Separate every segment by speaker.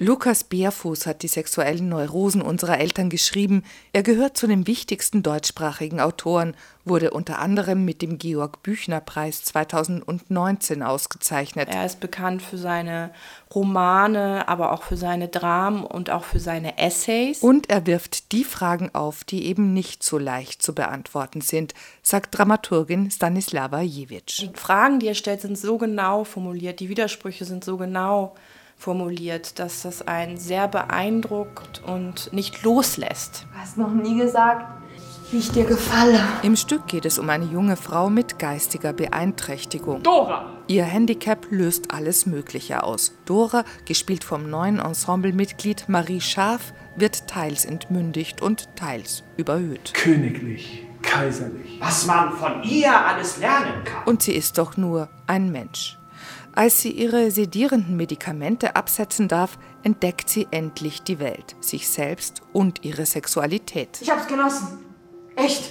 Speaker 1: Lukas Bärfuß hat die sexuellen Neurosen unserer Eltern geschrieben. Er gehört zu den wichtigsten deutschsprachigen Autoren, wurde unter anderem mit dem Georg Büchner Preis 2019 ausgezeichnet.
Speaker 2: Er ist bekannt für seine Romane, aber auch für seine Dramen und auch für seine Essays.
Speaker 1: Und er wirft die Fragen auf, die eben nicht so leicht zu beantworten sind, sagt Dramaturgin Stanislava Jewic.
Speaker 2: Die Fragen, die er stellt, sind so genau formuliert, die Widersprüche sind so genau formuliert, dass das einen sehr beeindruckt und nicht loslässt.
Speaker 3: Du hast noch nie gesagt, wie ich dir gefalle.
Speaker 1: Im Stück geht es um eine junge Frau mit geistiger Beeinträchtigung.
Speaker 4: Dora!
Speaker 1: Ihr Handicap löst alles Mögliche aus. Dora, gespielt vom neuen Ensemblemitglied Marie Scharf, wird teils entmündigt und teils überhöht.
Speaker 5: Königlich, kaiserlich.
Speaker 6: Was man von ihr alles lernen kann.
Speaker 1: Und sie ist doch nur ein Mensch. Als sie ihre sedierenden Medikamente absetzen darf, entdeckt sie endlich die Welt, sich selbst und ihre Sexualität.
Speaker 3: Ich hab's genossen. Echt.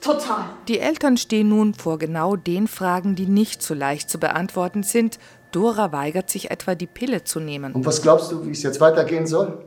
Speaker 3: Total.
Speaker 1: Die Eltern stehen nun vor genau den Fragen, die nicht so leicht zu beantworten sind. Dora weigert sich etwa, die Pille zu nehmen.
Speaker 5: Und was glaubst du, wie es jetzt weitergehen soll?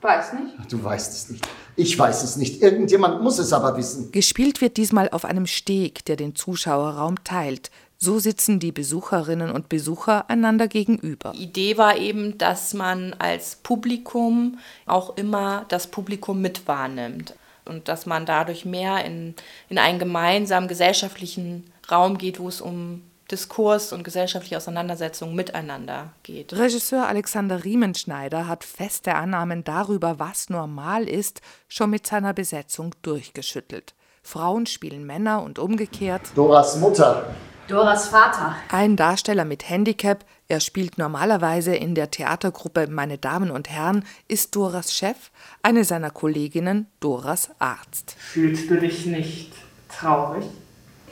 Speaker 3: Weiß nicht.
Speaker 5: Ach, du weißt es nicht. Ich weiß es nicht. Irgendjemand muss es aber wissen.
Speaker 1: Gespielt wird diesmal auf einem Steg, der den Zuschauerraum teilt. So sitzen die Besucherinnen und Besucher einander gegenüber.
Speaker 2: Die Idee war eben, dass man als Publikum auch immer das Publikum mit wahrnimmt und dass man dadurch mehr in, in einen gemeinsamen gesellschaftlichen Raum geht, wo es um Diskurs und gesellschaftliche Auseinandersetzungen miteinander geht.
Speaker 1: Regisseur Alexander Riemenschneider hat feste Annahmen darüber, was normal ist, schon mit seiner Besetzung durchgeschüttelt. Frauen spielen Männer und umgekehrt.
Speaker 5: Doras Mutter
Speaker 3: Doras Vater.
Speaker 1: Ein Darsteller mit Handicap, er spielt normalerweise in der Theatergruppe Meine Damen und Herren, ist Doras Chef, eine seiner Kolleginnen Doras Arzt.
Speaker 4: Fühlst du dich nicht traurig?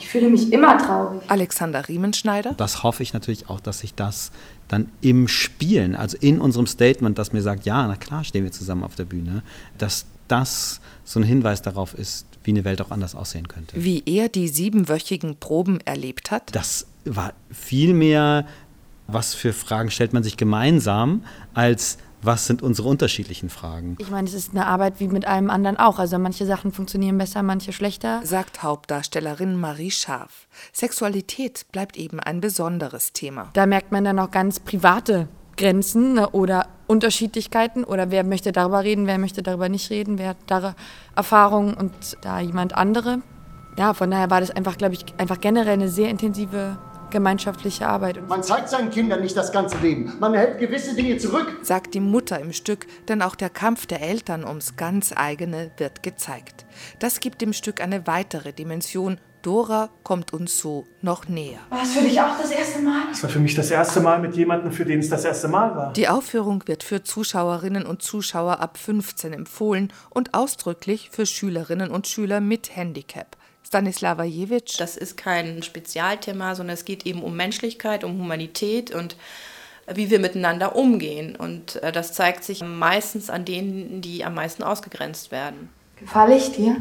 Speaker 3: Ich fühle mich immer traurig.
Speaker 1: Alexander Riemenschneider.
Speaker 7: Das hoffe ich natürlich auch, dass sich das dann im Spielen, also in unserem Statement, das mir sagt, ja, na klar, stehen wir zusammen auf der Bühne, dass das so ein Hinweis darauf ist, wie eine Welt auch anders aussehen könnte.
Speaker 1: Wie er die siebenwöchigen Proben erlebt hat?
Speaker 7: Das war vielmehr, was für Fragen stellt man sich gemeinsam, als was sind unsere unterschiedlichen Fragen.
Speaker 8: Ich meine, es ist eine Arbeit wie mit allem anderen auch. Also manche Sachen funktionieren besser, manche schlechter.
Speaker 1: Sagt Hauptdarstellerin Marie Scharf. Sexualität bleibt eben ein besonderes Thema.
Speaker 8: Da merkt man dann auch ganz private Grenzen ne, oder Unterschiedlichkeiten oder wer möchte darüber reden, wer möchte darüber nicht reden, wer hat da Erfahrungen und da jemand andere. Ja, von daher war das einfach, glaube ich, einfach generell eine sehr intensive gemeinschaftliche Arbeit.
Speaker 5: Man zeigt seinen Kindern nicht das ganze Leben. Man hält gewisse Dinge zurück.
Speaker 1: Sagt die Mutter im Stück, denn auch der Kampf der Eltern ums ganz eigene wird gezeigt. Das gibt dem Stück eine weitere Dimension. Dora kommt uns so noch näher.
Speaker 3: War es für dich auch das erste Mal?
Speaker 4: Das war für mich das erste Mal mit jemandem, für den es das erste Mal war.
Speaker 1: Die Aufführung wird für Zuschauerinnen und Zuschauer ab 15 empfohlen und ausdrücklich für Schülerinnen und Schüler mit Handicap. Stanislava Jevic.
Speaker 2: Das ist kein Spezialthema, sondern es geht eben um Menschlichkeit, um Humanität und wie wir miteinander umgehen. Und äh, das zeigt sich meistens an denen, die am meisten ausgegrenzt werden.
Speaker 3: Gefalle ich dir?